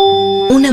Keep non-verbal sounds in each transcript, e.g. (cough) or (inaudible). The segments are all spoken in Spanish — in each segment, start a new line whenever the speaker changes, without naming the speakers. Una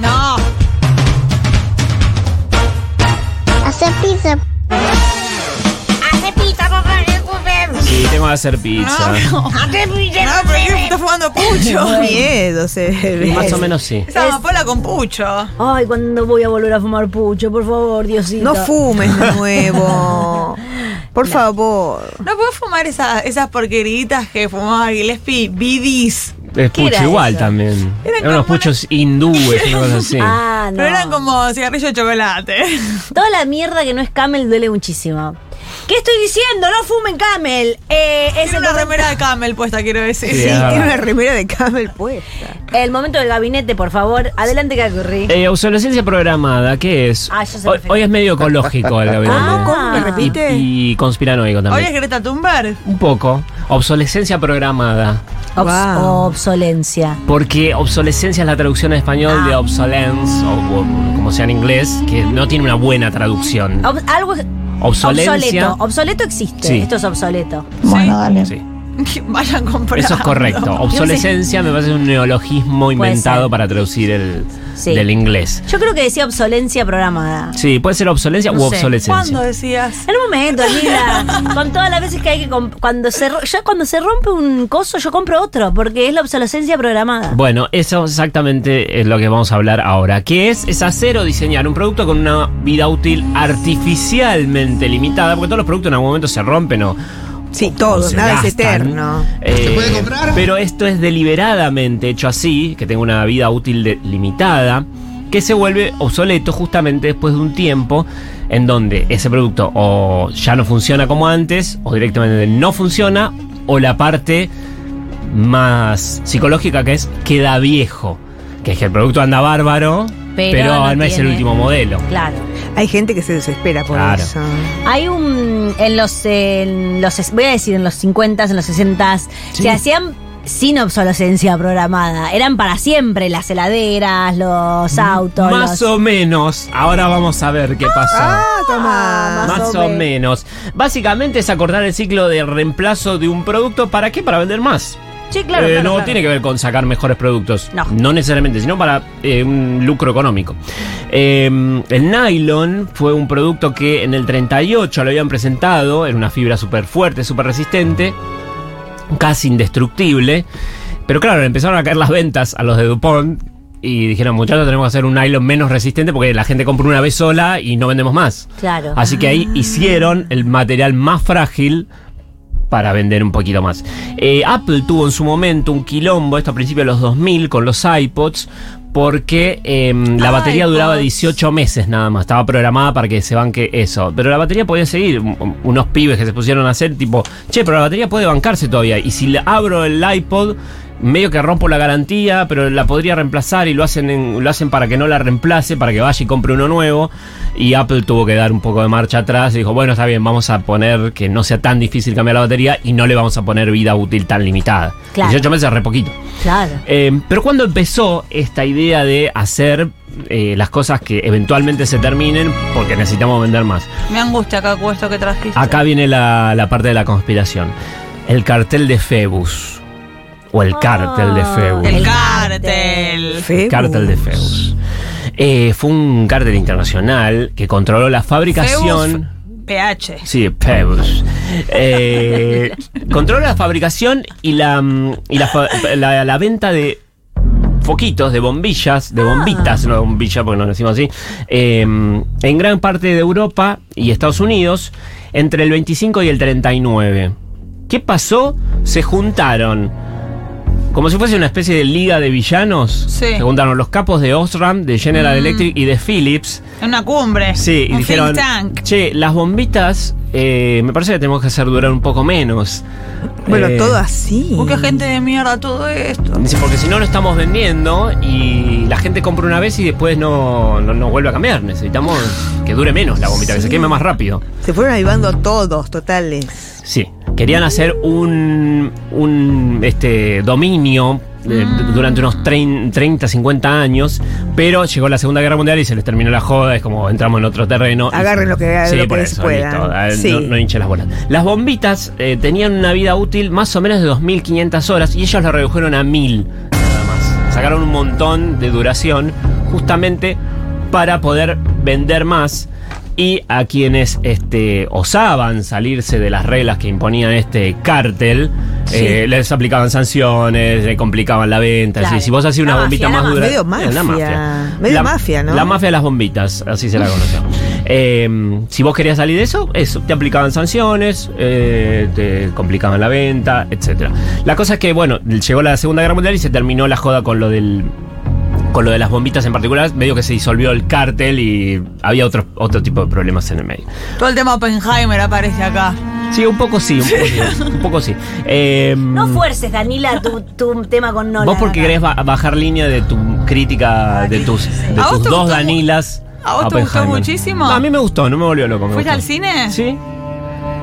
No,
Hacer pizza.
Hace pizza, papá, que comer.
Sí, tengo que hacer pizza.
Hace pizza,
no,
no,
pero ¿qué está fumando pucho? (laughs) miedo se ve.
Más o menos sí.
Esa amapola con pucho.
Ay, ¿cuándo voy a volver a fumar pucho? Por favor, Diosito.
No fumes
(laughs)
de nuevo. Por favor.
No puedo fumar esas, esas porqueritas que fumaba Gillespie, bidis.
Es pucho
era
igual
eso?
también.
Eran
Eran unos
como
puchos hindúes, una cosa así.
(laughs) Ah, no.
Pero eran como cigarrillo de chocolate.
Toda la mierda que no es camel duele muchísimo. ¿Qué estoy diciendo? ¡No fumen camel! Eh,
(laughs)
es
Tiene
el
una
momento,
remera de camel puesta, quiero decir.
Sí,
Sí,
es
tiene
verdad.
una remera de camel puesta.
el momento del gabinete, por favor. Adelante, Kakuri.
Eh, obsolescencia programada, ¿qué es?
Ah, ya sé
hoy,
perfecto.
hoy es medio (laughs) ecológico el gabinete.
Ah, ¿cómo? ¿Me
Y-
repite?
Y, conspiranoico
Hoy
también.
es Greta Thunberg. (laughs)
Un poco. Obsolescencia programada.
Obs-
Wow.
Obsolencia.
Porque obsolescencia es la traducción en español
Ah.
de obsolence, o, o como sea en inglés, que no tiene una buena traducción.
Ob- algo es-
Obsolencia.
obsoleto. Obsoleto existe.
Sí.
Esto es obsoleto.
Bueno, dale.
Sí,
Vayan comprando.
(laughs)
eso es correcto. Obsolescencia me parece un neologismo inventado
ser.
para traducir el
Sí.
del inglés.
Yo creo que decía obsolencia programada.
Sí, puede ser obsolencia
No
u
sé.
obsolescencia.
¿Cuándo decías?
En un momento, amiga. Con todas las veces que hay que. comp- Cuando se, ro- ya cuando se rompe un coso, yo compro otro. Porque es la obsolescencia programada.
Bueno, eso exactamente es lo que vamos a hablar ahora. ¿Qué es? Es hacer o diseñar un producto con una vida útil artificialmente limitada, porque todos los productos en algún momento se rompen o...
Sí,
o
todo,
se
nada es
gastan.
eterno.
Eh,
¿Se puede comprar?
Pero esto es deliberadamente hecho así, que tenga una vida útil de- limitada, que se vuelve obsoleto justamente después de un tiempo en donde ese producto o ya no funciona como antes, o directamente no funciona, o la parte más psicológica que es queda viejo. Que es que el producto anda bárbaro, pero,
Pero no
no es el
tiene.
último modelo.
Claro.
Hay gente que se desespera por
Claro.
eso.
Hay un. En los. En los voy a decir, en los 50 en los 60
Sí.
Se hacían sin obsolescencia programada. Eran para siempre las heladeras, los autos.
Más
los-
o menos, ahora vamos a ver qué pasa.
Ah, toma.
Más, o, menos. Básicamente es acordar el ciclo de reemplazo de un producto. ¿Para qué? Para vender más.
Sí, claro.
Eh,
claro,
no
claro.
tiene que ver con sacar mejores productos.
No.
necesariamente, sino para eh, un lucro económico. Eh, el nylon fue un producto que en el 38 lo habían presentado. Era una fibra súper fuerte, súper resistente, casi indestructible. Pero claro, le empezaron a caer las ventas a los de DuPont. Y dijeron, muchachos, tenemos que hacer un nylon menos resistente porque la gente compra una vez sola y no vendemos más.
Claro.
Así que ahí hicieron el material más frágil para vender un poquito más. Eh, Apple tuvo en su momento un quilombo, esto a principios de los 2000, con los iPods, porque eh, la batería
iPods.
duraba 18 meses nada más, estaba programada para que se banque eso. Pero la batería podía seguir, Un- unos pibes que se pusieron a hacer tipo, che, pero la batería puede bancarse todavía, y si le abro el iPod... Medio que rompo la garantía, pero la podría reemplazar y lo hacen, en- lo hacen para que no la reemplace, para que vaya y compre uno nuevo. Y Apple tuvo que dar un poco de marcha atrás y dijo, bueno, está bien, vamos a poner que no sea tan difícil cambiar la batería y no le vamos a poner vida útil tan limitada.
Claro.
18 meses es re poquito.
Claro.
Eh, pero cuando empezó esta idea de hacer eh, las cosas que eventualmente se terminen porque necesitamos vender más.
Me angustia acá esto que trajiste.
Acá viene la, la parte de la conspiración. El cartel de Febus. O el cártel de
Ah,
Febus.
El
El
cártel.
Febo.
Cártel de Febus. Eh, fue un cártel internacional que controló la fabricación.
Febus. PH.
Sí, Pebbles. Eh, controla la fabricación y la, mm, y la, fa- la- la venta de foquitos, de bombillas, de bombitas, no bombillas porque no lo decimos así, eh, en gran parte de Europa y Estados Unidos entre el 25 y el 39. ¿Qué pasó? Se juntaron Como si fuese una especie de liga de villanos.
Sí.
Se juntaron los capos de Osram, de General Electric y de Philips.
Una cumbre.
Sí, y
un
dijeron,
think tank.
che, las bombitas eh, me parece que tenemos que hacer durar un poco menos.
Bueno,
Eh,
todo así.
Uh, qué gente de mierda todo esto.
Dice, porque si no lo estamos vendiendo y la gente compra una vez y después no, no, no vuelve a cambiar. Necesitamos que dure menos la bombita, que se queme más rápido.
Se fueron avivando todos, totales.
Sí. Querían hacer un, un este, dominio eh,
Ah.
durante unos trein- 30, 50 años, pero llegó la Segunda Guerra Mundial y se les terminó la joda, es como entramos en otro terreno.
Agarren lo que- lo que les puedan.
listo, ah,
Sí.
No, no hinchen las bolas. Las bombitas eh, tenían una vida útil más o menos de 2.500 horas y ellos la redujeron a 1.000 nada más. Sacaron un montón de duración justamente para poder vender más y a quienes este, osaban salirse de las reglas que imponían este cártel, eh, les aplicaban sanciones, le complicaban la venta.
Claro.
Si- Si vos hacías una
La
bombita
mafia,
más
la
dura...
mafia. Medio
Eh, la
mafia. Medio
La-
mafia, ¿no?
La mafia de las bombitas, así se la conoce. Eh, si vos querías salir de eso, eso, te aplicaban sanciones, eh, te complicaban la venta, etcétera. La cosa es que, bueno, llegó la Segunda Guerra Mundial y se terminó la joda con lo del con lo de las bombitas en particular, medio que se disolvió el cártel y había otro, otro tipo de problemas en el medio.
Todo el tema Oppenheimer aparece acá.
Sí, un poco sí, un poco sí. un poco sí. Eh,
No fuerces, Danila, tu, tu tema con Nolan.
Vos porque
acá.
querés ba- bajar línea de tu crítica, de tus, de
Ah, ¿A vos
tus
te
dos
gustó mu-
Danilas.
¿A vos te gustó
Oppenheimer.
muchísimo?
No, a mí me gustó, no me volvió loco. me
¿Fuiste
gustó.
al cine?
Sí.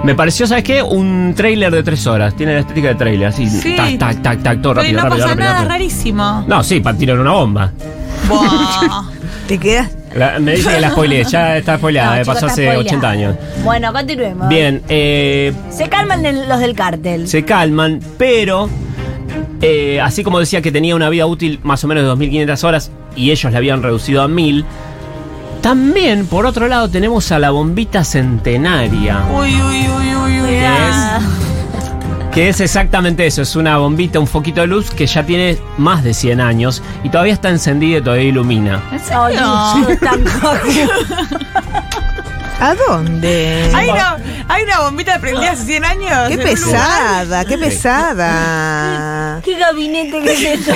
Me pareció, ¿sabes qué? Un tráiler de tres horas. Tiene la estética de tráiler, así.
Sí.
Tac, tac, tac, tac, todo
Pero
rápido,
no
rápido,
pasa
rápido,
nada,
rápido. (laughs)
rarísimo.
No, sí, para tirar una bomba.
Buah.
Te quedas.
La- me dice
(laughs)
que la spoileé, ya está spoileada,
No,
eh,
chicos,
pasó
está
hace
spoileada.
80 años.
Bueno,
Ah.
continuemos.
Bien, eh,
Se calman el- los del cártel.
se calman, pero eh, así como decía que tenía una vida útil más o menos de 2.500 horas y ellos la habían reducido a 1.000, también por otro lado tenemos a la bombita centenaria,
Uy, uy, uy, uy, uy.
Ah,
que es exactamente eso, es una bombita, un foquito de luz que ya tiene más de 100 años y todavía está encendida y todavía ilumina.
¿En
Ay,
serio?
(laughs)
Lucho, tan cojo.
¿A dónde?
Hay una, hay una bombita prendida hace 100 años.
qué
en un lugar.
pesada, qué pesada.
Qué gabinete que
(laughs)
es esto.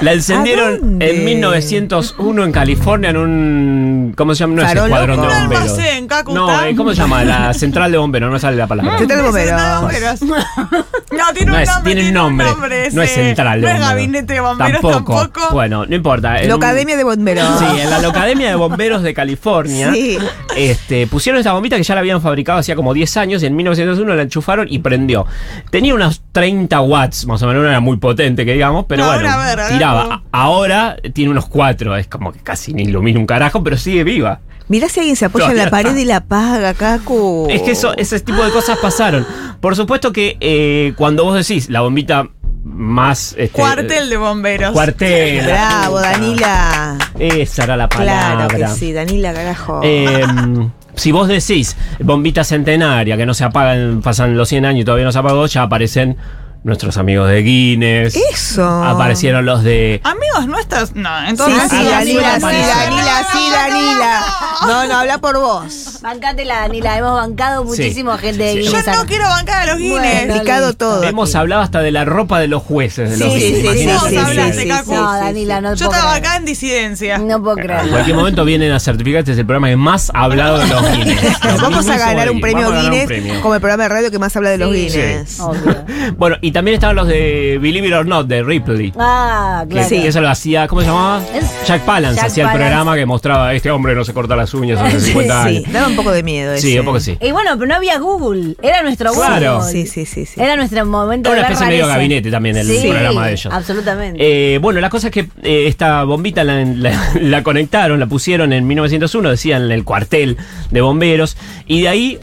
La encendieron
dónde?
en 1901 en California en un. ¿Cómo se llama? No es
Farol
escuadrón
loco.
de
Un
bomberos.
almacén, Cacu,
no,
está.
eh, ¿cómo se llama? La central de bomberos, no me sale la palabra.
Central de bomberos.
Bomberos.
(laughs)
No, tiene
No
un
es,
nombre.
tiene un nombre. no es
ese.
central de
No es
bomberos.
gabinete de bomberos tampoco.
Bueno, no importa. en-
La academia de bomberos.
Sí, en la Locademia de Bomberos de California
Sí.
este, pusieron esta bombita que ya la habían fabricado hacía como 10 años y en 1901 la enchufaron y prendió. Tenía unos 30 watts, más o menos, no era muy potente que digamos, pero
No,
bueno,
ahora, a ver, a ver,
tiraba.
¿cómo?
A- Ahora tiene unos 4, es como que casi ni ilumina un carajo, pero sigue viva.
Mirá si alguien se apoya en
Todavía
la pared
está.
y la apaga, Cacu.
Es que eso, ese tipo de cosas pasaron. Por supuesto que eh, cuando vos decís la bombita más... este,
Cuartel de bomberos.
Cuartel.
Bravo, Danila.
Esa era la palabra.
Claro que sí, Danila, carajo.
Em, si vos decís bombita centenaria, que no se apagan, pasan los 100 años y todavía no se apagó, ya aparecen nuestros amigos de Guinness.
eso.
Aparecieron los de.
Amigos nuestros. No,
Sí,
entonces.
sí,
Ah,
Danila, sí,
sí, apareció.
Danila, sí, Danila. No, no, habla por vos.
Bancátela, Danila. Hemos bancado muchísimo a gente de
sí.
Guinness.
Yo no quiero bancar a los Guinness.
Bueno,
Picado
listo.
todo.
Hemos hablado hasta de la ropa de los jueces. De
Sí,
los
sí,
Guinness,
sí, sí,
imagínate.
sí,
Vos hablaste,
sí,
Cacu.
No, Danila, no Mm,
Yo
puedo
estaba
creer.
acá en disidencia.
(laughs)
No puedo
En
creer.
cualquier momento vienen a certificar este es el programa que más ha hablado de los Guinness.
(laughs) Nos vamos a
Guinness
ganar
sobre
un
Guinness.
premio
Vamos a ganar
Guinness
un premio.
como el programa de radio que más habla de los
Sí.
Guinness.
Obvio.
Bueno, y también estaban los de Believe It or Not, de Ripley.
Ah,
Que,
claro.
que eso lo hacía, ¿cómo se llamaba?
Es-
Jack Palance
Jack
hacía
Palance.
el programa que mostraba este hombre no se corta las uñas hace
(laughs) Sí,
50
Sí,
años.
daba un poco de miedo eso.
Pues Sí, un poco sí.
Y bueno, pero no había Google. Era nuestro Google.
Claro.
Sí, sí, sí, sí.
Era nuestro momento
Era una
de ver
especie medio
rarezas.
gabinete también el
Sí,
programa de ellos.
Absolutamente.
Eh, bueno, la cosa es que eh, esta bombita la, la- (laughs) la conectaron, la pusieron en 1901, decían el cuartel de bomberos, y de ahí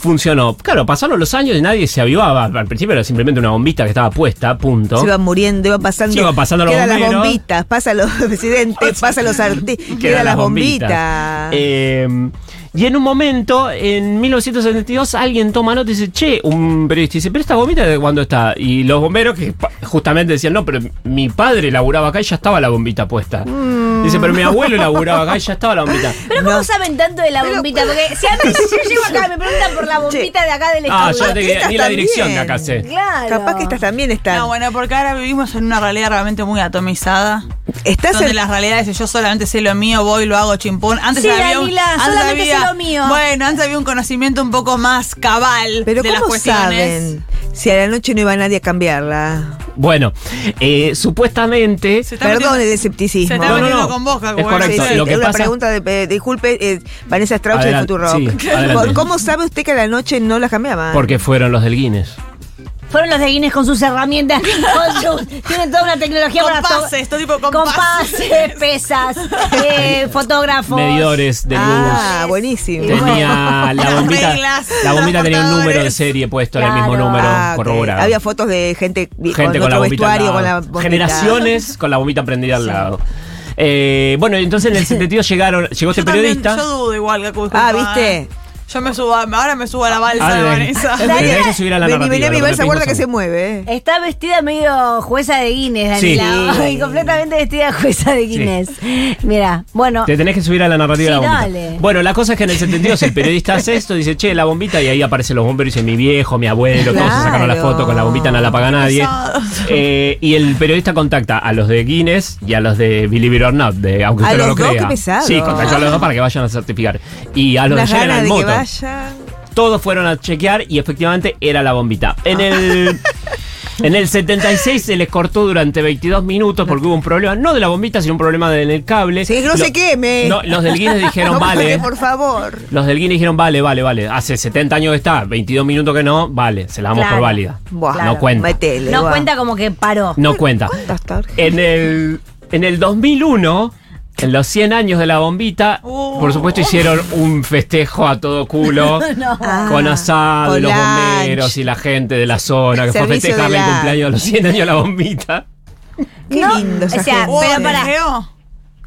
funcionó. Claro, pasaron los años y nadie se avivaba. Al principio era simplemente una bombita que estaba puesta, punto.
Se iban muriendo, iban pasando.
Se iban pasando los
quedan las
bomberos.
bombitas,
(laughs)
pasan los presidentes, pasan los artistas, quedan las bombitas.
Eh, y en un momento, en 1972, alguien toma nota y dice, che, un periodista dice, pero esta bombita de cuándo está. Y los bomberos que pa- justamente decían, no, pero mi padre laburaba acá y ya estaba la bombita puesta.
Mm.
Dice, pero mi abuelo laburaba acá y ya estaba la
(laughs)
bombita.
Pero ¿cómo saben tanto de la bombita? Porque si a mí yo llego
(laughs)
acá me preguntan por la bombita de acá del
Ah,
estudio.
yo te quería, ni la
también.
dirección de acá sé.
Claro.
Capaz que estas también están.
No, bueno, porque ahora vivimos en una realidad realmente muy atomizada.
Estás
donde
en-
las realidades de yo solamente sé lo mío, voy, lo hago chimpón. Antes
Sí,
había un-
Danila,
antes
solamente sé
había-
lo mío.
Bueno, antes había un conocimiento un poco más cabal
Pero
de las
¿cómo
cuestiones.
saben si a la noche no iba nadie a cambiarla?
Bueno, eh, supuestamente.
Se está
Perdón
metiendo-
el
se
escepticismo.
está
No, no,
metiendo
no.
con vos, Caco,
Es
bueno.
correcto.
Sí, sí.
Lo que
es
pasa-
una pregunta de, eh, disculpe, eh, Vanessa Strauch de
Adelante,
Futurock.
sí, adelante.
¿Cómo sabe usted que a la noche no la cambiaban?
Porque fueron los del Guinness.
Fueron los de Guinness con sus
(laughs)
herramientas. con sus- tienen toda una tecnología para
Compases,
to-
todo tipo de
Compases,
compases. (laughs)
pesas, eh, fotógrafos.
Medidores de luz.
Ah, buenísimo.
Sí.
(laughs)
Tenía la
Las
bombita.
reglas,
La bombita tenía un número de
transportadores.
serie puesto, era el
Claro.
mismo número
Ah, ok.
corroborado.
Había fotos de gente, vi-
gente con
con
la
otro
bombita.
vestuario,
al
con la
lado.
bombita. (laughs)
Generaciones con la bombita prendida al lado. Eh, bueno, entonces en el 72 llegaron, llegó este
Yo también-
periodista.
yo dudo igual, Caco, disculpa,
Ah, ¿viste?
eh. Yo me subo, a- ahora me subo a la balsa
Ah,
de
de-
Vanessa.
es verdad. Tenés que subir a la
Vení,
narrativa,
vení a mi
lo que
balsa,
te
guarda
pienso.
que se mueve. eh.
Está vestida medio jueza de Guinness,
Sí.
Daniela.
Sí.
Ay, completamente vestida de jueza de Guinness. Mira,
Ah.
bueno.
Te tenés que subir a la narrativa
Sí,
de la bombita.
dale.
Bueno, la cosa es que en el 72 el periodista hace esto, dice, che, la bombita, y ahí aparecen los bomberos y dice, mi viejo, mi abuelo, todos se sacaron la
Claro.
foto con la bombita, no la paga nadie.
Pesados.
Eh, y el periodista contacta a los de Guinness y a los de Believe It or Not, de, aunque
A
usted no lo
los dos,
crea.
qué pesado.
Sí, contactó a los dos para que vayan a certificar. Y a los
Las
de General
ganas de que
Motors.
vaya.
Todos fueron a chequear y efectivamente era la bombita. En el.
(laughs)
En el 76 se les cortó durante 22 minutos porque hubo un problema, no de la bombita, sino un problema del cable.
Sí, que no
Lo-
se queme.
No, los del Guinness dijeron,
(laughs) No,
vale.
porque, por favor.
Los del Guinness dijeron, vale, vale, vale. Hace 70 años que está, 22 minutos que no, vale, se la damos
Claro.
por válida.
Buah,
no cuenta.
metele,
no
buah.
cuenta como que paró.
No cuenta.
¿Cuántas tarjetas?
En el, en el 2001, en los 100 años de la bombita,
Oh.
por supuesto hicieron un festejo a todo culo. Con
Ah,
asado, y los
Con
bomberos
lunch.
y la gente de la zona que fue a
Servicio de
festejarle el
lunch.
cumpleaños de los 100 años de la bombita.
Qué
No,
lindo esa
o sea,
gente.
Oh,
pero pará.
bandejeo.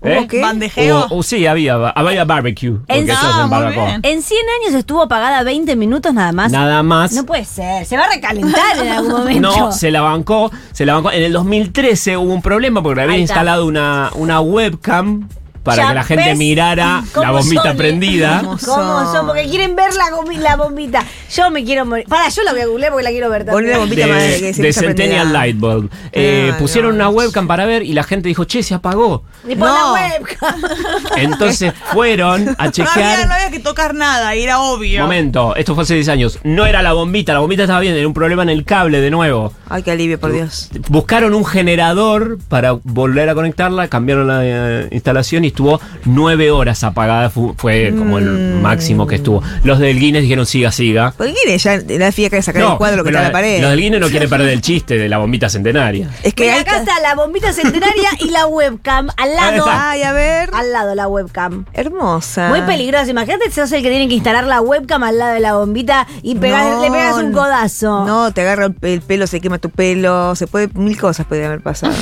¿Eh?
qué?
Bandejeo.
O- o sí, había, había barbecue. Porque
En-
eso es
Ah,
en
muy
barbacoa.
bien.
En 100 años estuvo apagada 20 minutos nada más.
Nada más.
No puede ser, se va a recalentar en
(laughs)
algún momento.
No, se la bancó, se la bancó. En el 2013 hubo un problema porque habían
Ahí está.
instalado una, una webcam para
Ya
que la gente
ves
mirara
cómo
la bombita
son, eh.
prendida.
¿Cómo son? Porque quieren ver la, gomi- la bombita. Yo me quiero morir. Pará, yo la voy a googlear porque la quiero ver también.
Ponle la bombita más que
De,
se
de
está
Centennial
prendida.
Lightbulb. Eh,
Ah,
pusieron
no.
una webcam para ver y la gente dijo, che, se apagó.
Y pon la
No.
webcam. (laughs)
Entonces fueron a
No había,
chequear.
no había que tocar nada, era obvio.
Momento, esto fue hace 10 años. No era la bombita, la bombita estaba bien, era un problema en el cable de nuevo.
Ay, qué alivio, por Dios.
Buscaron un generador para volver a conectarla, cambiaron la eh, instalación y estuvo nueve horas apagada, fu- fue, como
Mm.
el máximo que estuvo. Los del Guinness dijeron siga, siga.
Porque quiere ya la FIA que sacar el cuadro que
pero
está en la pared.
Los del Guinness no quieren perder el chiste de la bombita centenaria.
Es que
Mira,
hay
acá está la bombita centenaria y la webcam al
Ahí
lado.
está.
Ay, a ver.
Al lado la webcam.
Hermosa.
Muy peligroso. Imagínate si sos el que tiene que instalar la webcam al lado de la bombita y pegar-
No,
le pegas un
no.
codazo.
No, te agarra el, el pelo, se quema tu pelo. Se puede, mil cosas pueden haber pasado.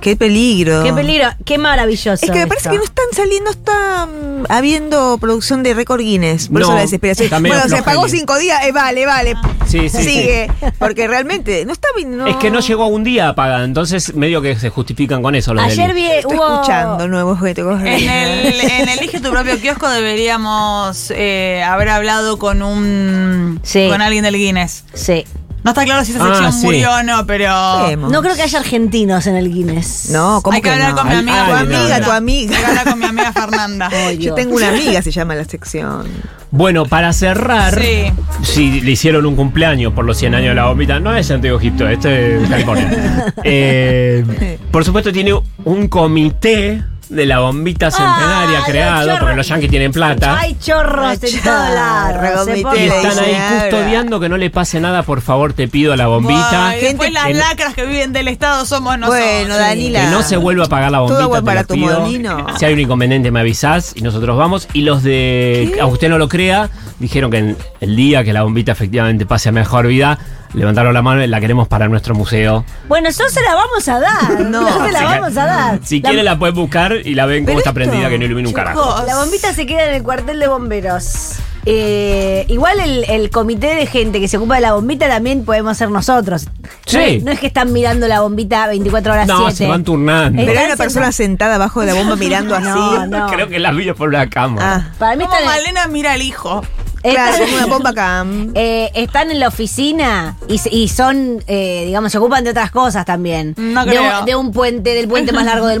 qué peligro.
Qué peligro, qué maravilloso.
Es que me parece
esto.
que no están saliendo, está mm, habiendo producción de récord Guinness. Por
No,
eso la desesperación.
está medio
Bueno, se
floja
pagó
el Guinness.
cinco días, eh, vale, vale.
Ah.
Sí, sí, sí.
Sigue. Porque realmente no está bien,
Es que no llegó a un día apagada, entonces medio que se justifican con eso los del
Ayer vi
Estoy
hubo
escuchando nuevos juguetes.
En el, en Elige tu propio kiosco deberíamos eh, haber hablado con un
Sí.
con alguien del Guinness.
Sí.
No está claro si esa
Ah,
sección
sí.
murió o no, pero
Vemos.
No creo que haya argentinos en el Guinness.
No, ¿cómo
hay que, hablar
no?
con mi amiga.
Ay,
tu
no,
amiga,
no.
tu
Hay que hablar
amiga.
con mi amiga Fernanda.
Ay,
Yo
Dios.
tengo una amiga, se llama la sección.
Bueno, para cerrar,
Sí.
si le hicieron un cumpleaños por los 100 años de la bombita, no es Antiguo Egipto, este es California. Eh, por supuesto, tiene un comité de la bombita centenaria
Ah,
creado,
los
porque los yanquis tienen plata.
Hay chorros en
Ay,
todos lados.
charro,
se
mi
pone-
y
tele.
están ahí
Ahora.
custodiando que no le pase nada, por favor, te pido a la bombita.
Ay, después
gente
las
que no-
lacras que viven del Estado somos nosotros.
Bueno, Danila.
Que no se vuelva a apagar la bombita.
Todo
te
va
lo
para tu
pido.
molino.
Si hay un inconveniente, me avisás y nosotros vamos. Y los de. A usted no lo crea, dijeron que en el día que la bombita efectivamente pase a mejor vida, levantaron la mano y la queremos para nuestro museo.
Bueno, yo se la vamos a dar.
No.
(laughs) No, se la vamos a dar.
(laughs) Si
La-
quiere, la pueden buscar y la ven
Pero
como está
esto,
prendida, que no ilumina un carajo.
Chicos,
La bombita se queda en el cuartel de bomberos. Eh, igual el, el comité de gente que se ocupa de la bombita también podemos ser nosotros.
Sí.
No, es- no es que están mirando la bombita 24 horas
No,
7.
se van turnando.
Eh,
Pero hay
Están
una persona sentada abajo de la bomba mirando así.
No, no.
(laughs) Creo que la vi por la cama.
Ah,
Para mí
Como
están,
Malena mira al hijo. (laughs)
claro,
están-
es una bomba acá.
eh, están en la oficina y, se- y son, eh, digamos, se ocupan de otras cosas también.
No
de,
creo.
de un puente, del puente más largo del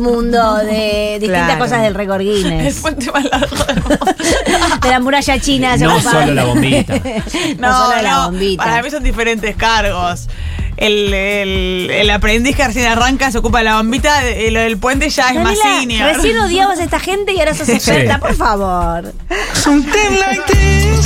(laughs)
mundo, de distintas
Claro.
cosas del récord
El
Guinness.
puente más largo
(laughs)
del mundo.
de la muralla china. se
No
ocupan.
solo la bombita.
(laughs) no,
No,
solo la
no,
bombita.
Para mí son diferentes cargos. El, el- el aprendiz que recién arranca se ocupa de la bombita, de- lo del puente ya es más
Daniela,
senior.
(laughs)
Recién odiabas a esta gente y ahora sos experta, por favor.
Something like this.